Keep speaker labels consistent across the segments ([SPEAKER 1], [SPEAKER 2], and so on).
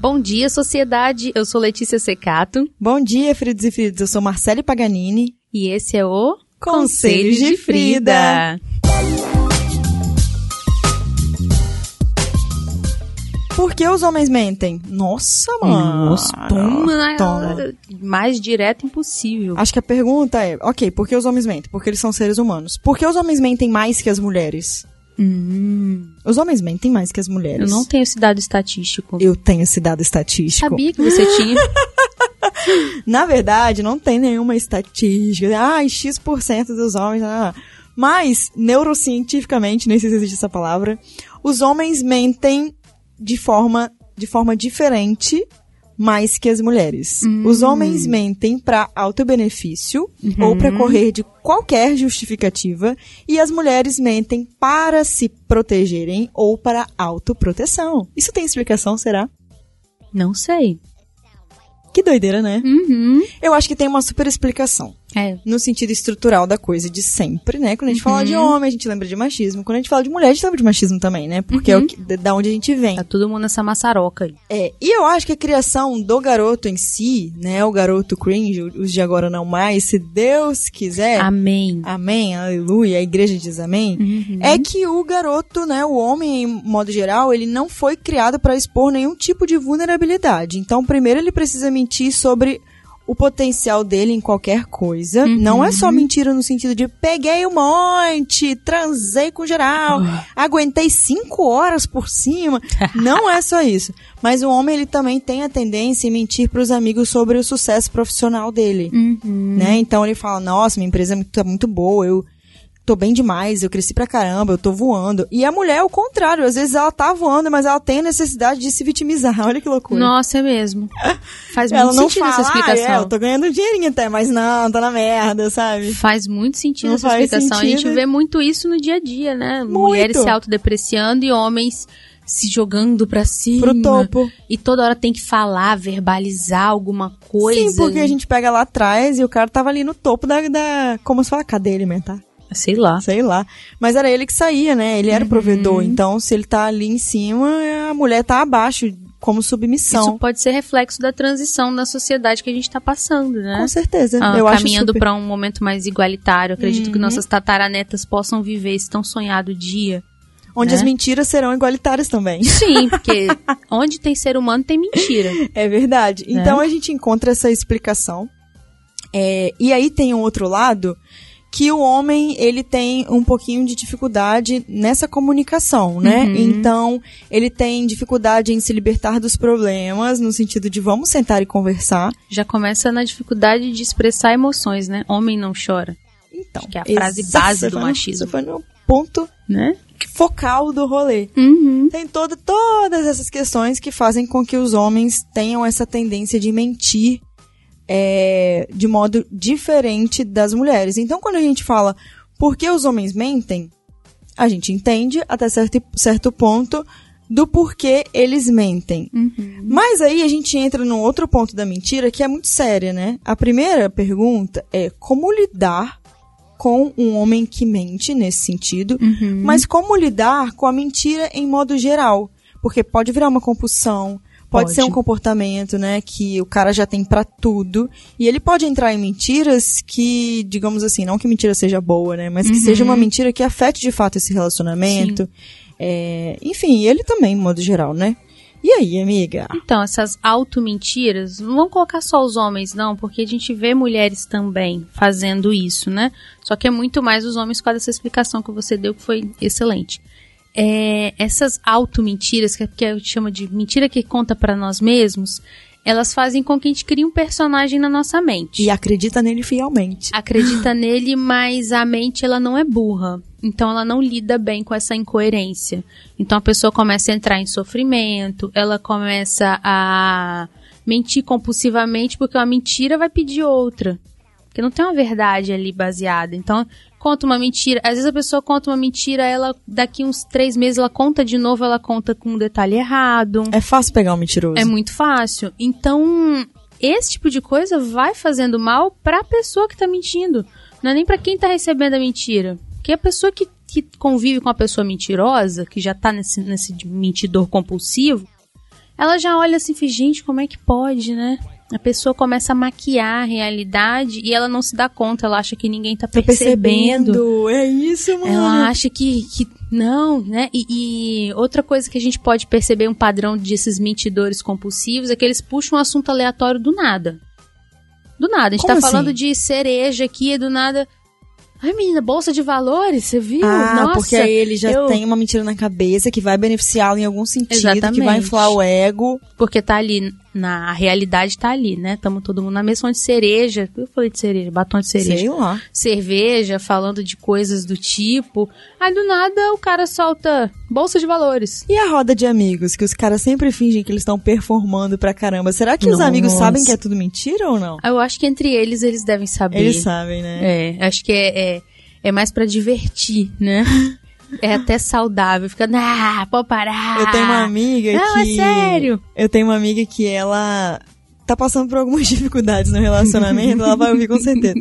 [SPEAKER 1] Bom dia, sociedade. Eu sou Letícia Secato.
[SPEAKER 2] Bom dia, Fridos e Fridos. Eu sou Marcele Paganini.
[SPEAKER 1] E esse é o
[SPEAKER 2] Conselhos de Frida. Por que os homens mentem? Nossa, mano.
[SPEAKER 1] Nossa,
[SPEAKER 2] Ah,
[SPEAKER 1] toma, Mais direto impossível.
[SPEAKER 2] Acho que a pergunta é, ok, por que os homens mentem? Porque eles são seres humanos. Por que os homens mentem mais que as mulheres?
[SPEAKER 1] Hum,
[SPEAKER 2] Os homens mentem mais que as
[SPEAKER 1] eu
[SPEAKER 2] mulheres.
[SPEAKER 1] não tenho esse dado estatístico.
[SPEAKER 2] Eu tenho esse dado estatístico.
[SPEAKER 1] sabia que você tinha.
[SPEAKER 2] Na verdade, não tem nenhuma estatística. Ai, X% dos homens. ah. Mas, neurocientificamente, nem sei se existe essa palavra, os homens mentem de forma, de forma diferente mais que as mulheres. Os homens mentem para auto-benefício ou para correr de qualquer justificativa e as mulheres mentem para se protegerem ou para autoproteção. Isso tem explicação, será?
[SPEAKER 1] Não sei.
[SPEAKER 2] Que doideira, né?
[SPEAKER 1] Uhum.
[SPEAKER 2] Eu acho que tem uma super explicação.
[SPEAKER 1] É.
[SPEAKER 2] no sentido estrutural da coisa de sempre, né? Quando a gente fala de homem, a gente lembra de machismo. Quando a gente fala de mulher, a gente lembra de machismo também, né? Porque é o que, da- da onde a gente vem.
[SPEAKER 1] Tá todo mundo nessa maçaroca aí.
[SPEAKER 2] É, e eu acho que a criação do garoto em si, né? O garoto cringe, os de agora não mais, se Deus quiser.
[SPEAKER 1] Ah. Amém.
[SPEAKER 2] Amém, aleluia, a igreja diz amém.
[SPEAKER 1] Uhum.
[SPEAKER 2] É que o garoto, né, o homem, em modo geral, ele não foi criado para expor nenhum tipo de vulnerabilidade. Então, primeiro ele precisa mentir sobre o potencial dele em qualquer coisa. Não é só mentira no sentido de peguei um monte, transei com geral, aguentei cinco horas por cima. não é só isso. Mas o homem ele também tem a tendência em mentir para os amigos sobre o sucesso profissional dele
[SPEAKER 1] Uhum.
[SPEAKER 2] né? Então ele fala, nossa, minha empresa é muito, tá muito boa, eu tô bem demais, eu cresci pra caramba, eu tô voando. E a mulher é o contrário, às vezes ela tá voando, mas ela tem a necessidade de se vitimizar, olha que loucura.
[SPEAKER 1] Nossa, é mesmo. Faz
[SPEAKER 2] ela
[SPEAKER 1] muito
[SPEAKER 2] não
[SPEAKER 1] sentido
[SPEAKER 2] fala,
[SPEAKER 1] essa explicação.
[SPEAKER 2] ah, é, eu tô ganhando um dinheirinho até, mas não, tá na merda, sabe?
[SPEAKER 1] Faz muito sentido
[SPEAKER 2] Não
[SPEAKER 1] essa
[SPEAKER 2] faz
[SPEAKER 1] explicação. A gente
[SPEAKER 2] sentido.
[SPEAKER 1] vê muito isso no dia a dia, né?
[SPEAKER 2] Muito.
[SPEAKER 1] Mulheres se autodepreciando e homens se jogando pra cima.
[SPEAKER 2] Pro topo.
[SPEAKER 1] E toda hora tem que falar, verbalizar alguma coisa.
[SPEAKER 2] Sim, porque a gente pega lá atrás e o cara tava ali no topo da, da como se fala, cadeia alimentar.
[SPEAKER 1] Sei lá.
[SPEAKER 2] Sei lá. Mas era ele que saía, né? Ele era o
[SPEAKER 1] Uhum.
[SPEAKER 2] provedor. Então, se ele tá ali em cima, a mulher tá abaixo, como submissão.
[SPEAKER 1] Isso pode ser reflexo da transição na sociedade que a gente tá passando, né?
[SPEAKER 2] Com certeza.
[SPEAKER 1] Ah,
[SPEAKER 2] eu acho
[SPEAKER 1] caminhando
[SPEAKER 2] super.
[SPEAKER 1] pra
[SPEAKER 2] Uhum.
[SPEAKER 1] um momento mais igualitário. Acredito que nossas tataranetas possam viver esse tão sonhado dia.
[SPEAKER 2] Onde
[SPEAKER 1] né?
[SPEAKER 2] as mentiras serão igualitárias também.
[SPEAKER 1] Sim, porque onde tem ser humano tem mentira.
[SPEAKER 2] É verdade.
[SPEAKER 1] Né?
[SPEAKER 2] Então a gente encontra essa explicação. É, e aí tem um outro lado que o homem ele tem um pouquinho de dificuldade nessa comunicação, né?
[SPEAKER 1] Uhum.
[SPEAKER 2] Então ele tem dificuldade em se libertar dos problemas no sentido de vamos sentar e conversar.
[SPEAKER 1] Já começa na dificuldade de expressar emoções, né? Homem não chora,
[SPEAKER 2] Então
[SPEAKER 1] Acho que é a frase
[SPEAKER 2] exato,
[SPEAKER 1] base
[SPEAKER 2] você
[SPEAKER 1] do
[SPEAKER 2] foi no-
[SPEAKER 1] machismo.
[SPEAKER 2] você Foi no ponto
[SPEAKER 1] né?
[SPEAKER 2] focal do rolê.
[SPEAKER 1] Uhum.
[SPEAKER 2] Tem todo, todas essas questões que fazem com que os homens tenham essa tendência de mentir é, de modo diferente das mulheres. Então, quando a gente fala por que os homens mentem, a gente entende até certo, certo ponto do porquê eles mentem. Mas aí a gente entra num outro ponto da mentira que é muito séria, né? A primeira pergunta é como lidar com um homem que mente nesse sentido, mas como lidar com a mentira em modo geral? Porque pode virar uma compulsão, pode,
[SPEAKER 1] Pode.
[SPEAKER 2] ser um comportamento, né, que o cara já tem pra tudo, e ele pode entrar em mentiras que, digamos assim, não que mentira seja boa, né, mas que
[SPEAKER 1] Uhum.
[SPEAKER 2] seja uma mentira que afete de fato esse relacionamento. É, enfim, ele também, em modo geral, né? E aí, amiga?
[SPEAKER 1] Então, essas auto-mentiras, não vão colocar só os homens, não, porque a gente vê mulheres também fazendo isso, né? Só que é muito mais os homens com essa explicação que você deu, que foi excelente. É, essas auto-mentiras, que, é- que eu chamo de mentira que conta pra nós mesmos, elas fazem com que a gente crie um personagem na nossa mente.
[SPEAKER 2] E acredita nele fielmente.
[SPEAKER 1] acredita nele, mas a mente ela não é burra. Então ela não lida bem com essa incoerência. Então a pessoa começa a entrar em sofrimento, ela começa a mentir compulsivamente porque uma mentira vai pedir outra. Porque não tem uma verdade ali baseada. Então, conta uma mentira. Às vezes a pessoa conta uma mentira, ela daqui uns três meses ela conta de novo, ela conta com um detalhe errado.
[SPEAKER 2] É fácil pegar um mentiroso.
[SPEAKER 1] É muito fácil. Então, esse tipo de coisa vai fazendo mal pra pessoa que tá mentindo. Não é nem pra quem tá recebendo a mentira. Porque a pessoa que, que convive com a pessoa mentirosa, que já tá nesse, nesse de mentidor compulsivo, ela já olha assim, fica, gente, como é que pode, né? A pessoa começa a maquiar a realidade e ela não se dá conta, ela acha que ninguém tá percebendo.
[SPEAKER 2] percebendo. É isso, mano.
[SPEAKER 1] Ela acha que, que não, né? E, e outra coisa que a gente pode perceber um padrão desses mentidores compulsivos é que eles puxam um assunto aleatório do nada. Do nada. A gente
[SPEAKER 2] Como
[SPEAKER 1] tá
[SPEAKER 2] assim?
[SPEAKER 1] falando de cereja aqui, e do nada. Ai, menina, bolsa de valores, você viu?
[SPEAKER 2] Ah,
[SPEAKER 1] Nossa.
[SPEAKER 2] porque aí ele já
[SPEAKER 1] eu-
[SPEAKER 2] tem uma mentira na cabeça que vai beneficiá-lo em algum sentido, que vai
[SPEAKER 1] Exatamente.
[SPEAKER 2] inflar o ego.
[SPEAKER 1] Porque tá ali, na a realidade tá ali, né? Tamo todo mundo na mesma de cereja. Eu falei de cereja, batom de cereja.
[SPEAKER 2] Sei lá.
[SPEAKER 1] Cerveja, falando de coisas do tipo. Aí do nada o cara solta bolsa de valores.
[SPEAKER 2] E a roda de amigos, que os caras sempre fingem que eles estão performando pra caramba. Será que os
[SPEAKER 1] Nossa.
[SPEAKER 2] amigos sabem que é tudo mentira ou não?
[SPEAKER 1] Eu acho que entre eles eles devem saber.
[SPEAKER 2] Eles sabem, né?
[SPEAKER 1] É, acho que é, é, é mais pra divertir, né? É até saudável, fica, ah, pode parar.
[SPEAKER 2] Eu tenho uma amiga
[SPEAKER 1] Não,
[SPEAKER 2] que.
[SPEAKER 1] é sério.
[SPEAKER 2] Eu tenho uma amiga que ela tá passando por algumas dificuldades no relacionamento, ela vai ouvir com certeza.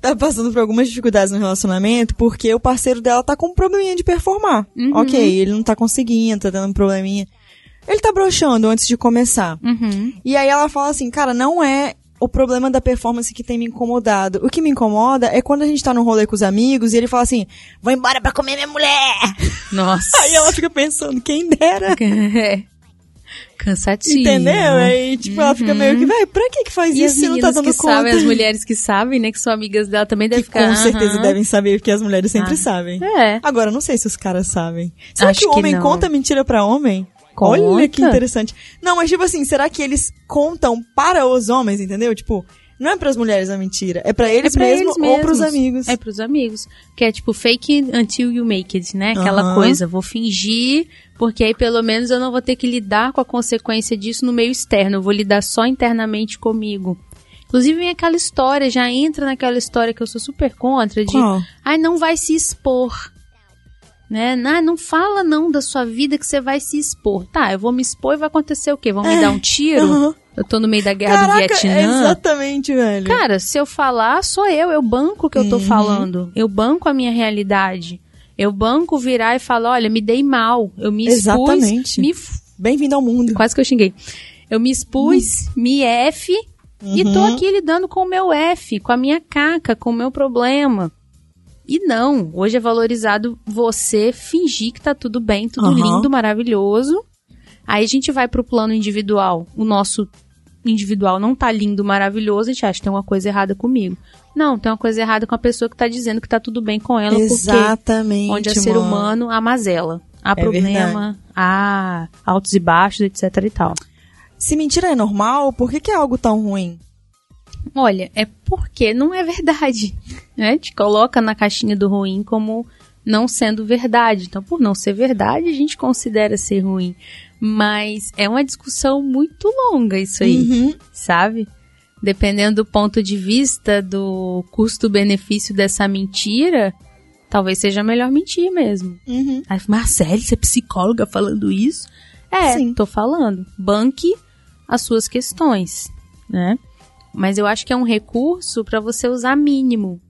[SPEAKER 2] Tá passando por algumas dificuldades no relacionamento porque o parceiro dela tá com um probleminha de performar.
[SPEAKER 1] Uhum.
[SPEAKER 2] Ok, ele não tá conseguindo, tá dando um probleminha. Ele tá broxando antes de começar.
[SPEAKER 1] Uhum.
[SPEAKER 2] E aí ela fala assim, cara, não é o problema da performance que tem me incomodado. O que me incomoda é quando a gente tá num rolê com os amigos e ele fala assim, vou embora pra comer minha mulher.
[SPEAKER 1] Nossa.
[SPEAKER 2] Aí ela fica pensando, quem dera.
[SPEAKER 1] É. Cansativo.
[SPEAKER 2] Entendeu? Aí, tipo, ela fica meio que, velho, pra que que faz
[SPEAKER 1] Uhum. E as
[SPEAKER 2] isso se não tá
[SPEAKER 1] meninas
[SPEAKER 2] dando
[SPEAKER 1] que
[SPEAKER 2] conta?
[SPEAKER 1] sabem, as mulheres que sabem, né, que são amigas dela também devem
[SPEAKER 2] que
[SPEAKER 1] ficar.
[SPEAKER 2] com certeza
[SPEAKER 1] aham.
[SPEAKER 2] devem saber, porque as mulheres sempre
[SPEAKER 1] Ah.
[SPEAKER 2] sabem.
[SPEAKER 1] É.
[SPEAKER 2] Agora, eu não sei se os caras sabem. Será
[SPEAKER 1] Acho
[SPEAKER 2] que o
[SPEAKER 1] que
[SPEAKER 2] homem
[SPEAKER 1] não.
[SPEAKER 2] conta mentira pra homem?
[SPEAKER 1] Conta.
[SPEAKER 2] Olha que interessante. Não, mas tipo assim, será que eles contam para os homens, entendeu? Tipo, não é pras mulheres a mentira, é pra eles
[SPEAKER 1] pra
[SPEAKER 2] mesmos
[SPEAKER 1] eles
[SPEAKER 2] ou pros
[SPEAKER 1] mesmos.
[SPEAKER 2] amigos.
[SPEAKER 1] É pros amigos. Que é tipo fake it until you make it, né? Aquela
[SPEAKER 2] Aham.
[SPEAKER 1] coisa, vou fingir, porque aí pelo menos eu não vou ter que lidar com a consequência disso no meio externo, eu vou lidar só internamente comigo. Inclusive vem aquela história, já entra naquela história que eu sou super contra de,
[SPEAKER 2] Qual?
[SPEAKER 1] ai, não vai se expor. Né? Não, não fala não da sua vida que você vai se expor. Tá, eu vou me expor e vai acontecer o quê? Vão me
[SPEAKER 2] É.
[SPEAKER 1] dar um tiro?
[SPEAKER 2] Aham.
[SPEAKER 1] Eu tô no meio da guerra do
[SPEAKER 2] Caraca,
[SPEAKER 1] Vietnã.
[SPEAKER 2] é exatamente, velho.
[SPEAKER 1] Cara, se eu falar, sou eu, eu banco o que eu tô
[SPEAKER 2] Hum. Uhum.
[SPEAKER 1] falando. Eu banco a minha realidade. Eu banco virar e falar, olha, me dei mal, eu me expus,
[SPEAKER 2] Exatamente.
[SPEAKER 1] me f-
[SPEAKER 2] Bem-vindo ao mundo.
[SPEAKER 1] quase que eu xinguei. Eu me expus, me F e tô
[SPEAKER 2] Hum. Uhum.
[SPEAKER 1] aqui lidando com o meu F, com a minha caca, com o meu problema. E não, hoje é valorizado você fingir que tá tudo bem, tudo
[SPEAKER 2] Aham.
[SPEAKER 1] lindo, maravilhoso. Aí a gente vai pro plano individual. O nosso individual não tá lindo, maravilhoso, a gente acha que tem uma coisa errada comigo. Não, tem uma coisa errada com a pessoa que tá dizendo que tá tudo bem com ela,
[SPEAKER 2] Exatamente.
[SPEAKER 1] porque onde é ser
[SPEAKER 2] mano.
[SPEAKER 1] humano, há mazela. Há
[SPEAKER 2] É
[SPEAKER 1] problema, há altos e baixos, etc e tal.
[SPEAKER 2] Se mentira é normal, por que, que é algo tão ruim?
[SPEAKER 1] Olha, é porque não é verdade. Né? Te coloca na caixinha do ruim como não sendo verdade. Então, por não ser verdade, a gente considera ser ruim. Mas é uma discussão muito longa isso aí,
[SPEAKER 2] Uhum.
[SPEAKER 1] sabe? Dependendo do ponto de vista do custo-benefício dessa mentira, talvez seja melhor mentir mesmo.
[SPEAKER 2] Uhum.
[SPEAKER 1] Aí, Marcelo, você é psicóloga falando isso? É,
[SPEAKER 2] Sim.
[SPEAKER 1] tô falando. Banque as suas questões, né? Mas eu acho que é um recurso pra você usar mínimo,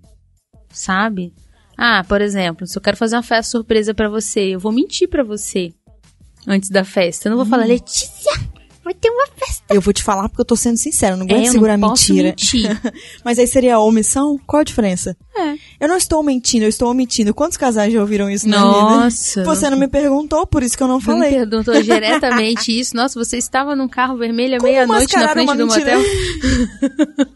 [SPEAKER 1] sabe? Ah, por exemplo, se eu quero fazer uma festa surpresa pra você, eu vou mentir pra você antes da festa. Eu não vou
[SPEAKER 2] Hum.
[SPEAKER 1] falar, Letícia, vou ter uma festa.
[SPEAKER 2] Eu vou te falar porque eu tô sendo sincera, eu não aguento
[SPEAKER 1] É, eu
[SPEAKER 2] segurar
[SPEAKER 1] não posso
[SPEAKER 2] mentira.
[SPEAKER 1] mentir.
[SPEAKER 2] Mas aí seria a omissão? Qual a diferença?
[SPEAKER 1] É.
[SPEAKER 2] Eu não estou mentindo, eu estou omitindo. Quantos casais já ouviram isso na vida?
[SPEAKER 1] Nossa.
[SPEAKER 2] Você não me perguntou, por isso que eu não
[SPEAKER 1] Você me
[SPEAKER 2] falei.
[SPEAKER 1] perguntou diretamente isso. Nossa, você estava num carro vermelho à meia-noite na
[SPEAKER 2] mascarar
[SPEAKER 1] frente
[SPEAKER 2] uma
[SPEAKER 1] do
[SPEAKER 2] mentira?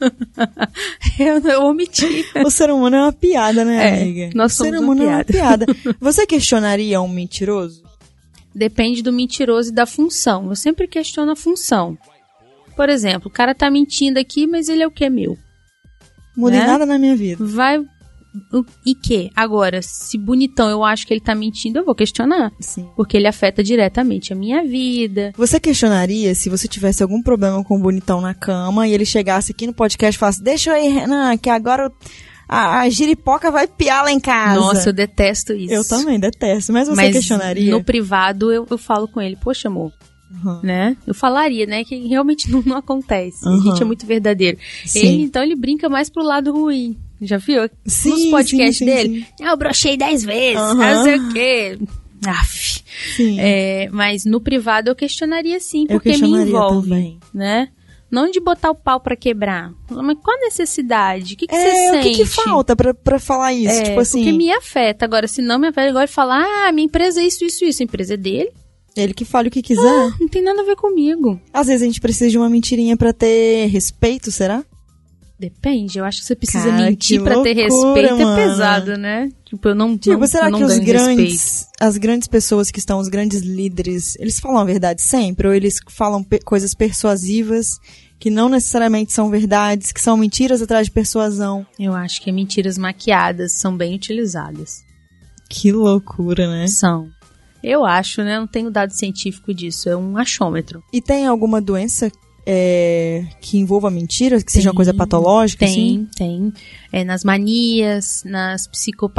[SPEAKER 1] motel? eu, eu omiti.
[SPEAKER 2] O ser humano é uma piada, né,
[SPEAKER 1] É,
[SPEAKER 2] amiga?
[SPEAKER 1] nós
[SPEAKER 2] o ser
[SPEAKER 1] somos uma
[SPEAKER 2] humano é uma piada. Você questionaria um mentiroso?
[SPEAKER 1] Depende do mentiroso e da função. Eu sempre questiono a função. Por exemplo, o cara tá mentindo aqui, mas ele é o que meu?
[SPEAKER 2] Mudei
[SPEAKER 1] Né?
[SPEAKER 2] nada na minha vida.
[SPEAKER 1] Vai. o- E que? Agora, se bonitão eu acho que ele tá mentindo, eu vou questionar.
[SPEAKER 2] Sim.
[SPEAKER 1] Porque ele afeta diretamente a minha vida.
[SPEAKER 2] Você questionaria se você tivesse algum problema com o bonitão na cama e ele chegasse aqui no podcast e falasse: Deixa aí, Renan, que agora eu- a, a giripoca vai piar lá em casa.
[SPEAKER 1] Nossa, eu detesto isso.
[SPEAKER 2] eu também detesto, mas você
[SPEAKER 1] mas
[SPEAKER 2] questionaria?
[SPEAKER 1] no privado eu, eu falo com ele, poxa amor,
[SPEAKER 2] Uhum.
[SPEAKER 1] né? Eu falaria, né? Que realmente não, não acontece.
[SPEAKER 2] Uhum.
[SPEAKER 1] A gente é muito verdadeiro. Ele, então, ele brinca mais pro lado ruim. Já viu?
[SPEAKER 2] Sim,
[SPEAKER 1] Nos podcasts
[SPEAKER 2] sim, sim,
[SPEAKER 1] dele. Ah, eu brochei dez vezes.
[SPEAKER 2] Aham.
[SPEAKER 1] Ah, não sei o quê. Aff.
[SPEAKER 2] Sim.
[SPEAKER 1] É, mas no privado eu questionaria sim,
[SPEAKER 2] Eu
[SPEAKER 1] porque me
[SPEAKER 2] questionaria
[SPEAKER 1] envolve,
[SPEAKER 2] também.
[SPEAKER 1] né? Não de botar o pau pra quebrar. Mas qual a necessidade? O que, que você
[SPEAKER 2] É, o
[SPEAKER 1] sente?
[SPEAKER 2] que, que falta pra, pra falar isso?
[SPEAKER 1] É,
[SPEAKER 2] tipo assim,
[SPEAKER 1] Porque me afeta. Agora, se não me afeta, agora falar, ah, minha empresa é isso, isso, isso. A empresa é dele,
[SPEAKER 2] ele que fale o que quiser.
[SPEAKER 1] não tem nada a ver comigo.
[SPEAKER 2] Às vezes a gente precisa de uma mentirinha pra ter respeito, será?
[SPEAKER 1] Depende, eu acho que você precisa
[SPEAKER 2] Cara,
[SPEAKER 1] mentir
[SPEAKER 2] que
[SPEAKER 1] pra ter
[SPEAKER 2] loucura,
[SPEAKER 1] respeito.
[SPEAKER 2] mano.
[SPEAKER 1] É pesado, né? Tipo, eu não
[SPEAKER 2] Tipo,
[SPEAKER 1] não,
[SPEAKER 2] será
[SPEAKER 1] eu não
[SPEAKER 2] que os
[SPEAKER 1] ganho respeito.
[SPEAKER 2] grandes, as grandes pessoas que estão, os grandes líderes, eles falam a verdade sempre? Ou eles falam pe- coisas persuasivas que não necessariamente são verdades, que são mentiras atrás de persuasão?
[SPEAKER 1] Eu acho que mentiras maquiadas são bem utilizadas.
[SPEAKER 2] Que loucura, né?
[SPEAKER 1] São. Eu acho, né? Não tenho dado científico disso. É um achômetro.
[SPEAKER 2] E tem alguma doença é, que envolva mentiras, que seja uma coisa patológica?
[SPEAKER 1] Tem,
[SPEAKER 2] assim?
[SPEAKER 1] tem. É, nas manias, nas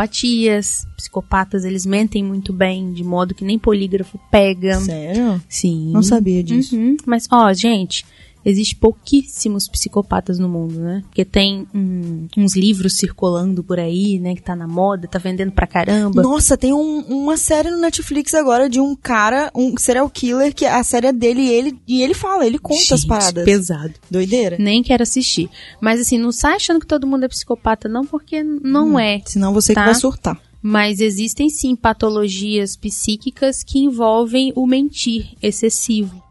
[SPEAKER 1] psicopatias. Psicopatas, eles mentem muito bem, de modo que nem polígrafo pega.
[SPEAKER 2] Sério?
[SPEAKER 1] Sim.
[SPEAKER 2] Não sabia disso.
[SPEAKER 1] Uhum, Mas, ó, gente, existe pouquíssimos psicopatas no mundo, né? Porque tem hum, uns livros circulando por aí, né? Que tá na moda, tá vendendo pra caramba.
[SPEAKER 2] Nossa, tem um- uma série no Netflix agora de um cara, um serial killer, que a série é dele e ele, e ele fala, ele conta as
[SPEAKER 1] Gente,
[SPEAKER 2] paradas.
[SPEAKER 1] pesado.
[SPEAKER 2] Doideira?
[SPEAKER 1] Nem quero assistir. Mas, assim, não sai achando que todo mundo é psicopata, não, porque
[SPEAKER 2] Hum.
[SPEAKER 1] não é.
[SPEAKER 2] Senão você
[SPEAKER 1] Tá.
[SPEAKER 2] que vai surtar.
[SPEAKER 1] Mas existem, sim, patologias psíquicas que envolvem o mentir excessivo.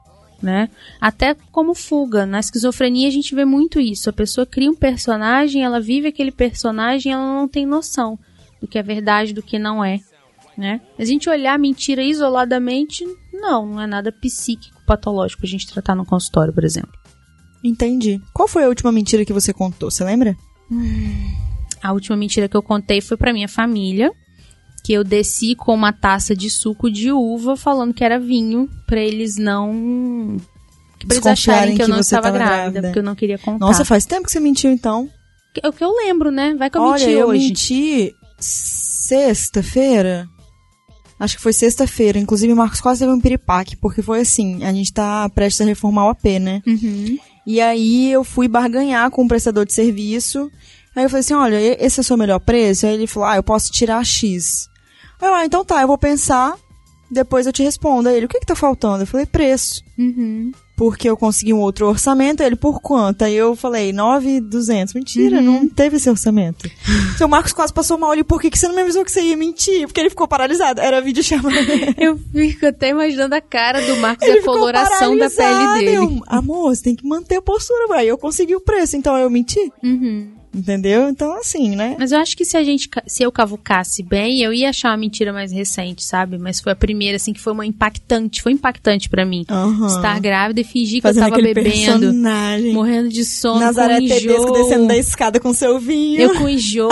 [SPEAKER 1] Né? Até como fuga. Na esquizofrenia a gente vê muito isso. A pessoa cria um personagem, ela vive aquele personagem, ela não tem noção do que é verdade, do que não é. Né? A gente olhar a mentira isoladamente, não, não é nada psíquico, patológico a gente tratar no consultório, por exemplo.
[SPEAKER 2] Entendi. Qual foi a última mentira que você contou? Você lembra?
[SPEAKER 1] Tá. A última mentira que eu contei foi pra minha família, que eu desci com uma taça de suco de uva falando que era vinho, pra eles não que pra eles acharem
[SPEAKER 2] Desconfiarem
[SPEAKER 1] que eu
[SPEAKER 2] que
[SPEAKER 1] não
[SPEAKER 2] você
[SPEAKER 1] estava
[SPEAKER 2] tava
[SPEAKER 1] grávida,
[SPEAKER 2] grávida.
[SPEAKER 1] porque eu não queria contar.
[SPEAKER 2] Nossa, faz tempo que você mentiu então.
[SPEAKER 1] é o que eu lembro, né? Vai que eu
[SPEAKER 2] Olha,
[SPEAKER 1] menti
[SPEAKER 2] eu
[SPEAKER 1] hoje.
[SPEAKER 2] menti sexta-feira. Acho que foi sexta-feira. Inclusive, o Marcos quase teve um piripaque, porque foi assim, a gente tá prestes a reformar o AP, né?
[SPEAKER 1] Uhum.
[SPEAKER 2] E aí eu fui barganhar com o prestador de serviço. Aí eu falei assim, olha, e- esse é o seu melhor preço? Aí ele falou, ah, eu posso tirar X. Aí eu, ah, então tá, eu vou pensar, depois eu te respondo. Aí ele, o que que tá faltando? Eu falei, preço.
[SPEAKER 1] Uhum.
[SPEAKER 2] Porque eu consegui um outro orçamento, Aí ele, por quanto? Aí eu falei, 9,200. Mentira,
[SPEAKER 1] Uhum.
[SPEAKER 2] não teve esse orçamento. seu Marcos quase passou mal, ele, por que que você não me avisou que você ia mentir? Porque ele ficou paralisado, era vídeo chamado.
[SPEAKER 1] Eu fico até imaginando a cara do Marcos e
[SPEAKER 2] Ele
[SPEAKER 1] É a
[SPEAKER 2] ficou
[SPEAKER 1] coloração da pele
[SPEAKER 2] paralisado.
[SPEAKER 1] dele.
[SPEAKER 2] Eu, Amor, você tem que manter a postura, vai. Eu consegui o preço, então eu menti.
[SPEAKER 1] Uhum.
[SPEAKER 2] Entendeu? Então, assim, né?
[SPEAKER 1] Mas eu acho que se a gente, ca- se eu cavucasse bem, eu ia achar uma mentira mais recente, sabe? Mas foi a primeira assim que foi uma impactante, foi impactante pra mim.
[SPEAKER 2] Aham.
[SPEAKER 1] estar grávida e fingir que
[SPEAKER 2] Ah. Fazendo
[SPEAKER 1] eu tava
[SPEAKER 2] aquele
[SPEAKER 1] bebendo,
[SPEAKER 2] personagem.
[SPEAKER 1] morrendo de sono,
[SPEAKER 2] Nazaré
[SPEAKER 1] com
[SPEAKER 2] Tedesco
[SPEAKER 1] enjoo.
[SPEAKER 2] descendo da escada com seu vinho.
[SPEAKER 1] Eu com enjoo,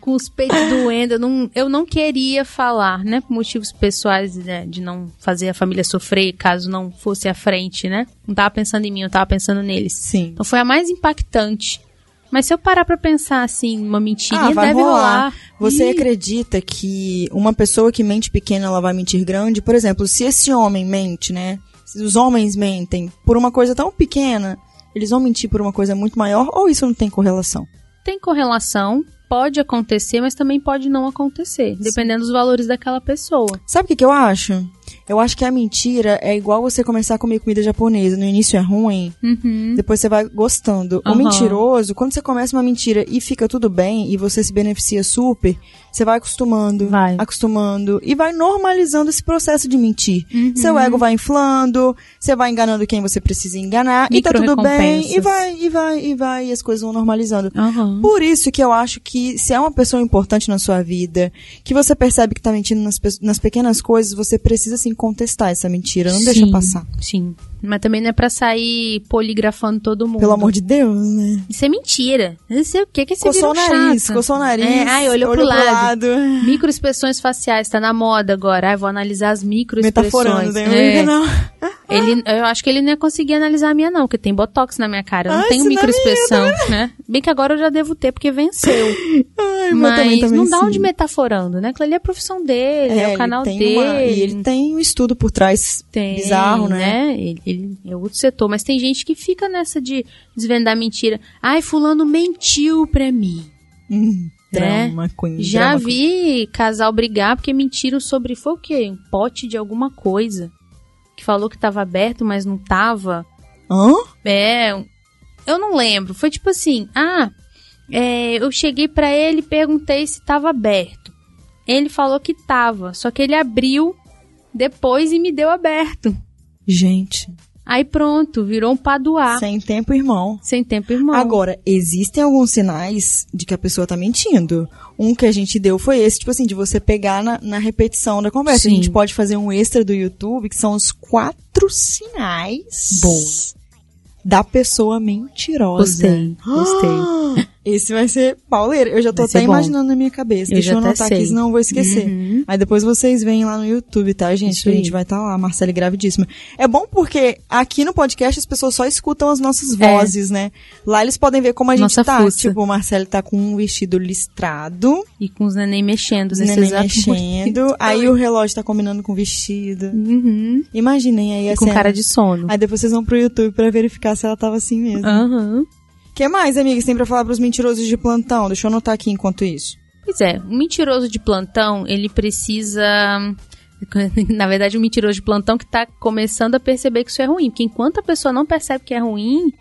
[SPEAKER 1] com os peitos doendo, eu não, eu não queria falar, né? Por motivos pessoais, né? De não fazer a família sofrer caso não fosse à frente, né? Não tava pensando em mim, eu tava pensando neles.
[SPEAKER 2] Sim.
[SPEAKER 1] Então foi a mais impactante. Mas se eu parar pra pensar assim, uma mentirinha
[SPEAKER 2] Ah, vai
[SPEAKER 1] deve
[SPEAKER 2] rolar.
[SPEAKER 1] rolar.
[SPEAKER 2] Você
[SPEAKER 1] Ih,
[SPEAKER 2] acredita que uma pessoa que mente pequena, ela vai mentir grande? Por exemplo, se esse homem mente, né? Se os homens mentem por uma coisa tão pequena, eles vão mentir por uma coisa muito maior ou isso não tem correlação?
[SPEAKER 1] tem correlação, pode acontecer, mas também pode não acontecer, dependendo dos valores daquela pessoa.
[SPEAKER 2] Sabe o que, que eu acho? Eu acho que a mentira é igual você começar a comer comida japonesa. No início é ruim,
[SPEAKER 1] Uhum.
[SPEAKER 2] Depois você vai gostando. O
[SPEAKER 1] Aham.
[SPEAKER 2] mentiroso, quando você começa uma mentira e fica tudo bem e você se beneficia super, você vai acostumando,
[SPEAKER 1] Vai.
[SPEAKER 2] acostumando e vai normalizando esse processo de mentir.
[SPEAKER 1] Uhum.
[SPEAKER 2] Seu ego vai inflando, você vai enganando quem você precisa enganar e tá tudo bem e
[SPEAKER 1] Micro-recompensas.
[SPEAKER 2] vai e vai e vai e as coisas vão normalizando.
[SPEAKER 1] Aham.
[SPEAKER 2] Por isso que eu acho que se é uma pessoa importante na sua vida, que você percebe que tá mentindo nas, pe- nas pequenas coisas, você precisa sim contestar essa mentira, não deixa
[SPEAKER 1] Sim,
[SPEAKER 2] passar.
[SPEAKER 1] Sim. Mas também não é pra sair poligrafando todo mundo.
[SPEAKER 2] Pelo amor de Deus, né?
[SPEAKER 1] Isso é mentira. Não sei o que que esse
[SPEAKER 2] Coçou o
[SPEAKER 1] vírus
[SPEAKER 2] nariz,
[SPEAKER 1] um chato.
[SPEAKER 2] coçou o nariz.
[SPEAKER 1] É, ai, olhou pro lado.
[SPEAKER 2] lado.
[SPEAKER 1] Microexpressões faciais, tá na moda agora. Ai, vou analisar as microexpressões.
[SPEAKER 2] Metaforando, né?
[SPEAKER 1] É.
[SPEAKER 2] Não.
[SPEAKER 1] Ele, eu acho que ele não ia conseguir analisar a minha, não, porque tem botox na minha cara. Eu não
[SPEAKER 2] Ai,
[SPEAKER 1] tenho
[SPEAKER 2] isso é na
[SPEAKER 1] microexpressão, né? Bem que agora eu já devo ter, porque venceu.
[SPEAKER 2] Ai, o meu
[SPEAKER 1] Mas
[SPEAKER 2] também tá
[SPEAKER 1] não dá
[SPEAKER 2] vencido.
[SPEAKER 1] onde metaforando, né? Aquilo ali é a profissão dele, é, o
[SPEAKER 2] ele
[SPEAKER 1] canal
[SPEAKER 2] tem
[SPEAKER 1] dele.
[SPEAKER 2] uma- e ele tem um estudo por trás
[SPEAKER 1] Tem,
[SPEAKER 2] bizarro, né?
[SPEAKER 1] Ele, ele é outro setor, mas tem gente que fica nessa de desvendar mentira. Ai, fulano mentiu pra mim.
[SPEAKER 2] Hum, Drama queen.
[SPEAKER 1] Né? Já
[SPEAKER 2] drama queen.
[SPEAKER 1] vi casal brigar porque mentiram sobre foi o quê? Um pote de alguma coisa. Que falou que tava aberto, mas não tava.
[SPEAKER 2] Hã?
[SPEAKER 1] É, eu não lembro. Foi tipo assim, ah, é, eu cheguei pra ele e perguntei se tava aberto. Ele falou que tava, só que ele abriu depois e me deu aberto.
[SPEAKER 2] Gente,
[SPEAKER 1] Aí pronto, virou um paduá.
[SPEAKER 2] sem tempo, irmão.
[SPEAKER 1] Sem tempo, irmão.
[SPEAKER 2] Agora, existem alguns sinais de que a pessoa tá mentindo. Um que a gente deu foi esse, tipo assim, de você pegar na, na repetição da conversa. A
[SPEAKER 1] Sim.
[SPEAKER 2] gente pode fazer um extra do YouTube, que são os quatro sinais da pessoa mentirosa. né? Ah!
[SPEAKER 1] Gostei, gostei.
[SPEAKER 2] Esse vai ser pauleiro. Eu já tô
[SPEAKER 1] Vai ser
[SPEAKER 2] até
[SPEAKER 1] bom.
[SPEAKER 2] imaginando na minha cabeça.
[SPEAKER 1] Eu
[SPEAKER 2] Deixa
[SPEAKER 1] já
[SPEAKER 2] eu
[SPEAKER 1] até
[SPEAKER 2] anotar
[SPEAKER 1] sei.
[SPEAKER 2] aqui, senão eu vou esquecer.
[SPEAKER 1] Uhum.
[SPEAKER 2] Aí depois vocês vêm lá no YouTube, tá, gente?
[SPEAKER 1] Isso
[SPEAKER 2] que a gente
[SPEAKER 1] aí.
[SPEAKER 2] vai estar lá, Marcele Gravidíssima. É bom porque aqui no podcast as pessoas só escutam as nossas vozes, né? Lá eles podem ver como a gente
[SPEAKER 1] É. Nossa
[SPEAKER 2] tá.
[SPEAKER 1] fuça.
[SPEAKER 2] Tipo, o Marcele tá com um vestido listrado,
[SPEAKER 1] E com os neném mexendo
[SPEAKER 2] os
[SPEAKER 1] nesse
[SPEAKER 2] neném
[SPEAKER 1] exato
[SPEAKER 2] mexendo.
[SPEAKER 1] momento.
[SPEAKER 2] Aí o relógio tá combinando com o vestido.
[SPEAKER 1] Uhum.
[SPEAKER 2] Imaginem aí
[SPEAKER 1] E
[SPEAKER 2] a
[SPEAKER 1] com
[SPEAKER 2] cena.
[SPEAKER 1] cara de sono.
[SPEAKER 2] Aí depois vocês vão pro YouTube pra verificar se ela tava assim mesmo.
[SPEAKER 1] Aham.
[SPEAKER 2] O que mais, amiga, você tem pra falar pros mentirosos de plantão? Deixa eu anotar aqui enquanto isso.
[SPEAKER 1] Pois é, um mentiroso de plantão, ele precisa. Na verdade, um mentiroso de plantão que tá começando a perceber que isso é ruim. Porque enquanto a pessoa não percebe que é ruim,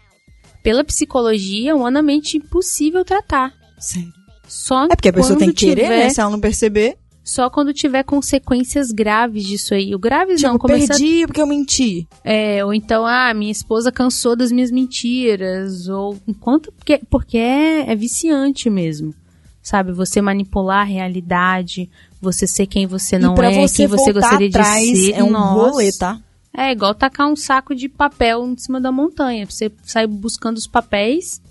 [SPEAKER 1] pela psicologia, é humanamente impossível tratar.
[SPEAKER 2] Sério.
[SPEAKER 1] Só
[SPEAKER 2] É porque a pessoa
[SPEAKER 1] quando
[SPEAKER 2] tem que querer,
[SPEAKER 1] tiver,
[SPEAKER 2] né? Se ela não perceber.
[SPEAKER 1] Só quando tiver consequências graves disso aí. O graves
[SPEAKER 2] Tipo,
[SPEAKER 1] não, começando
[SPEAKER 2] perdi porque eu menti.
[SPEAKER 1] É, ou então, ah, minha esposa cansou das minhas mentiras, ou enquanto porque, porque é, é viciante mesmo. Sabe, você manipular a realidade, você ser quem você não
[SPEAKER 2] e pra
[SPEAKER 1] é,
[SPEAKER 2] você
[SPEAKER 1] quem você
[SPEAKER 2] voltar
[SPEAKER 1] gostaria
[SPEAKER 2] atrás,
[SPEAKER 1] de ser.
[SPEAKER 2] é um
[SPEAKER 1] Nossa.
[SPEAKER 2] rolê, tá?
[SPEAKER 1] É igual tacar um saco de papel em cima da montanha. Você sai buscando os papéis,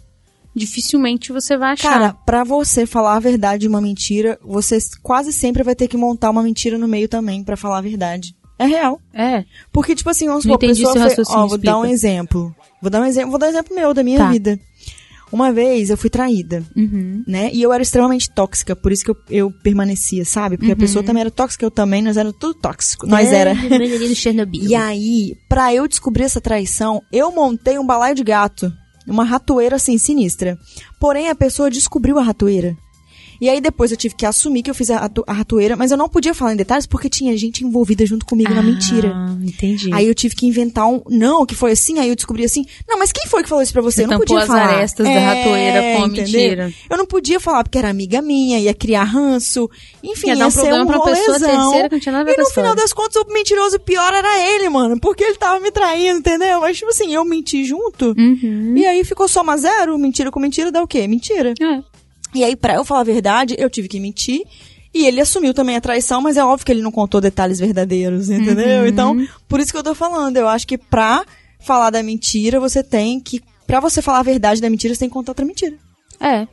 [SPEAKER 1] dificilmente você vai achar.
[SPEAKER 2] Cara, pra você falar a verdade de uma mentira, você s- quase sempre vai ter que montar uma mentira no meio também pra falar a verdade. É real.
[SPEAKER 1] é,
[SPEAKER 2] Porque, tipo assim, vamos
[SPEAKER 1] Não
[SPEAKER 2] supor, a
[SPEAKER 1] entendi
[SPEAKER 2] pessoa
[SPEAKER 1] seu
[SPEAKER 2] foi-
[SPEAKER 1] raciocínio,
[SPEAKER 2] Ó, vou dar um
[SPEAKER 1] explica.
[SPEAKER 2] exemplo. Vou dar um exemplo, vou dar um exemplo meu, da minha
[SPEAKER 1] Tá.
[SPEAKER 2] vida. Uma vez eu fui traída.
[SPEAKER 1] uhum,
[SPEAKER 2] né? E eu era extremamente tóxica, por isso que eu, eu permanecia, sabe? Porque a pessoa também era tóxica, eu também, nós éramos tudo tóxico. Nós
[SPEAKER 1] Uhum. É,
[SPEAKER 2] era.
[SPEAKER 1] lembrei ali do Chernobyl.
[SPEAKER 2] E aí, pra eu descobrir essa traição, eu montei um balaio de gato. Uma ratoeira, assim, sinistra. Porém, a pessoa descobriu a ratoeira. E aí, depois eu tive que assumir que eu fiz a, rato- a ratoeira, mas eu não podia falar em detalhes porque tinha gente envolvida junto comigo na mentira.
[SPEAKER 1] Ah, entendi.
[SPEAKER 2] Aí eu tive que inventar um. Não, que foi assim, aí eu descobri assim. Não, mas quem foi que falou isso pra você?
[SPEAKER 1] Você
[SPEAKER 2] eu não
[SPEAKER 1] tampou
[SPEAKER 2] podia
[SPEAKER 1] as
[SPEAKER 2] falar. É,
[SPEAKER 1] arestas da ratoeira com a
[SPEAKER 2] entendeu?
[SPEAKER 1] mentira.
[SPEAKER 2] Eu não podia falar porque era amiga minha, ia criar ranço. Enfim,
[SPEAKER 1] Ia
[SPEAKER 2] ia,
[SPEAKER 1] dar um
[SPEAKER 2] ser
[SPEAKER 1] problema
[SPEAKER 2] um
[SPEAKER 1] pra pessoa
[SPEAKER 2] rolezão.
[SPEAKER 1] terceira que não tinha nada a ver
[SPEAKER 2] E
[SPEAKER 1] com a
[SPEAKER 2] no final
[SPEAKER 1] história.
[SPEAKER 2] das contas, o mentiroso pior era ele, mano. Porque ele tava me traindo, entendeu? Mas, tipo assim, eu menti junto.
[SPEAKER 1] Uhum.
[SPEAKER 2] E aí ficou soma zero, mentira com mentira dá o quê? Mentira.
[SPEAKER 1] É.
[SPEAKER 2] E aí, pra eu falar a verdade, eu tive que mentir. E ele assumiu também a traição, mas é óbvio que ele não contou detalhes verdadeiros, entendeu? Então, por isso que eu tô falando. Eu acho que pra falar da mentira, você tem que. Pra você falar a verdade da mentira, você tem que contar outra mentira.
[SPEAKER 1] É.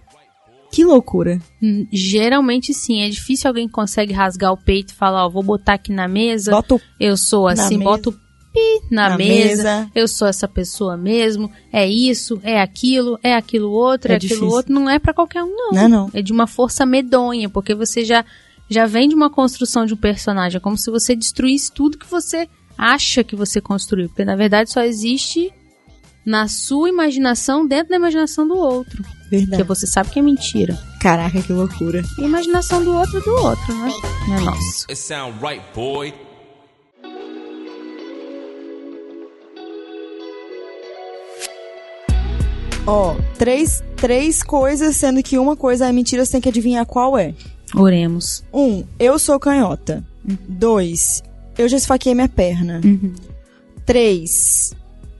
[SPEAKER 2] Que loucura.
[SPEAKER 1] Hum, Geralmente sim. É difícil alguém que consegue rasgar o peito e falar, ó, vou botar aqui na mesa.
[SPEAKER 2] Bota o
[SPEAKER 1] Eu sou
[SPEAKER 2] Na
[SPEAKER 1] assim,
[SPEAKER 2] mesa.
[SPEAKER 1] boto o pi na,
[SPEAKER 2] Na
[SPEAKER 1] mesa.
[SPEAKER 2] mesa.
[SPEAKER 1] Eu sou essa pessoa mesmo. É isso, é aquilo, é aquilo outro, é,
[SPEAKER 2] É
[SPEAKER 1] aquilo
[SPEAKER 2] difícil.
[SPEAKER 1] outro. Não é pra qualquer um, não.
[SPEAKER 2] Não é não.
[SPEAKER 1] É de uma força medonha, porque você já, já vem de uma construção de um personagem. É como se você destruísse tudo que você acha que você construiu. Porque na verdade só existe na sua imaginação, dentro da imaginação do outro. Porque
[SPEAKER 2] Verdade.
[SPEAKER 1] você sabe que é mentira.
[SPEAKER 2] Caraca, que loucura.
[SPEAKER 1] E a imaginação do outro é do outro, né? Não é nosso.
[SPEAKER 3] It sound right, boy.
[SPEAKER 2] Ó, três, três coisas, sendo que uma coisa é mentira, você tem que adivinhar qual é.
[SPEAKER 1] Oremos.
[SPEAKER 2] Um, eu sou canhota. Dois, eu já esfaqueei minha perna. Três,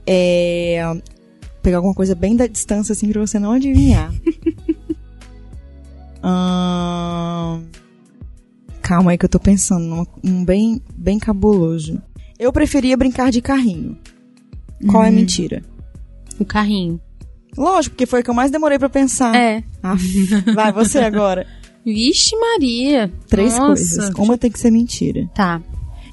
[SPEAKER 2] é. vou Pegar alguma coisa bem da distância, assim, pra você não adivinhar. Ahn, Calma aí que eu tô pensando num um bem, bem cabuloso. Eu preferia brincar de carrinho. Qual é a mentira?
[SPEAKER 1] O carrinho.
[SPEAKER 2] Lógico, porque foi o que eu mais demorei pra pensar.
[SPEAKER 1] É.
[SPEAKER 2] Aff, Ah, vai, você agora.
[SPEAKER 1] Vixe Maria.
[SPEAKER 2] Três
[SPEAKER 1] Nossa.
[SPEAKER 2] coisas. Uma tem que ser mentira.
[SPEAKER 1] Tá.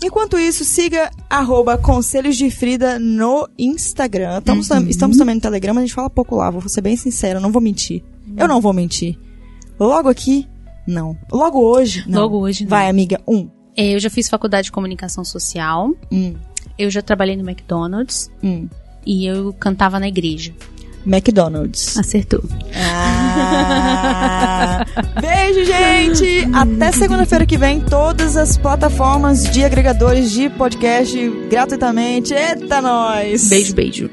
[SPEAKER 2] Enquanto isso, siga arroba Conselhos de Frida no Instagram. Estamos, tam-
[SPEAKER 1] Uhum.
[SPEAKER 2] estamos também no Telegram, mas a gente fala pouco lá. Vou ser bem sincera, não vou mentir. Eu não vou mentir. Logo aqui, não. Logo hoje, não.
[SPEAKER 1] Logo hoje, não.
[SPEAKER 2] Vai, amiga. Um.
[SPEAKER 1] É, Eu já fiz faculdade de comunicação social.
[SPEAKER 2] Hum.
[SPEAKER 1] Eu já trabalhei no McDonald's.
[SPEAKER 2] Hum.
[SPEAKER 1] E eu cantava na igreja.
[SPEAKER 2] McDonald's.
[SPEAKER 1] Acertou.
[SPEAKER 2] Ah, Ah, beijo, gente! Até segunda-feira que vem, todas as plataformas de agregadores de podcast gratuitamente. Eita, nós!
[SPEAKER 1] Beijo, beijo.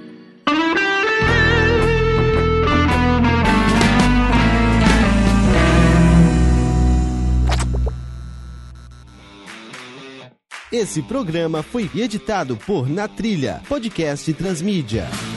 [SPEAKER 3] Esse programa foi editado por Na Trilha, podcast Transmídia.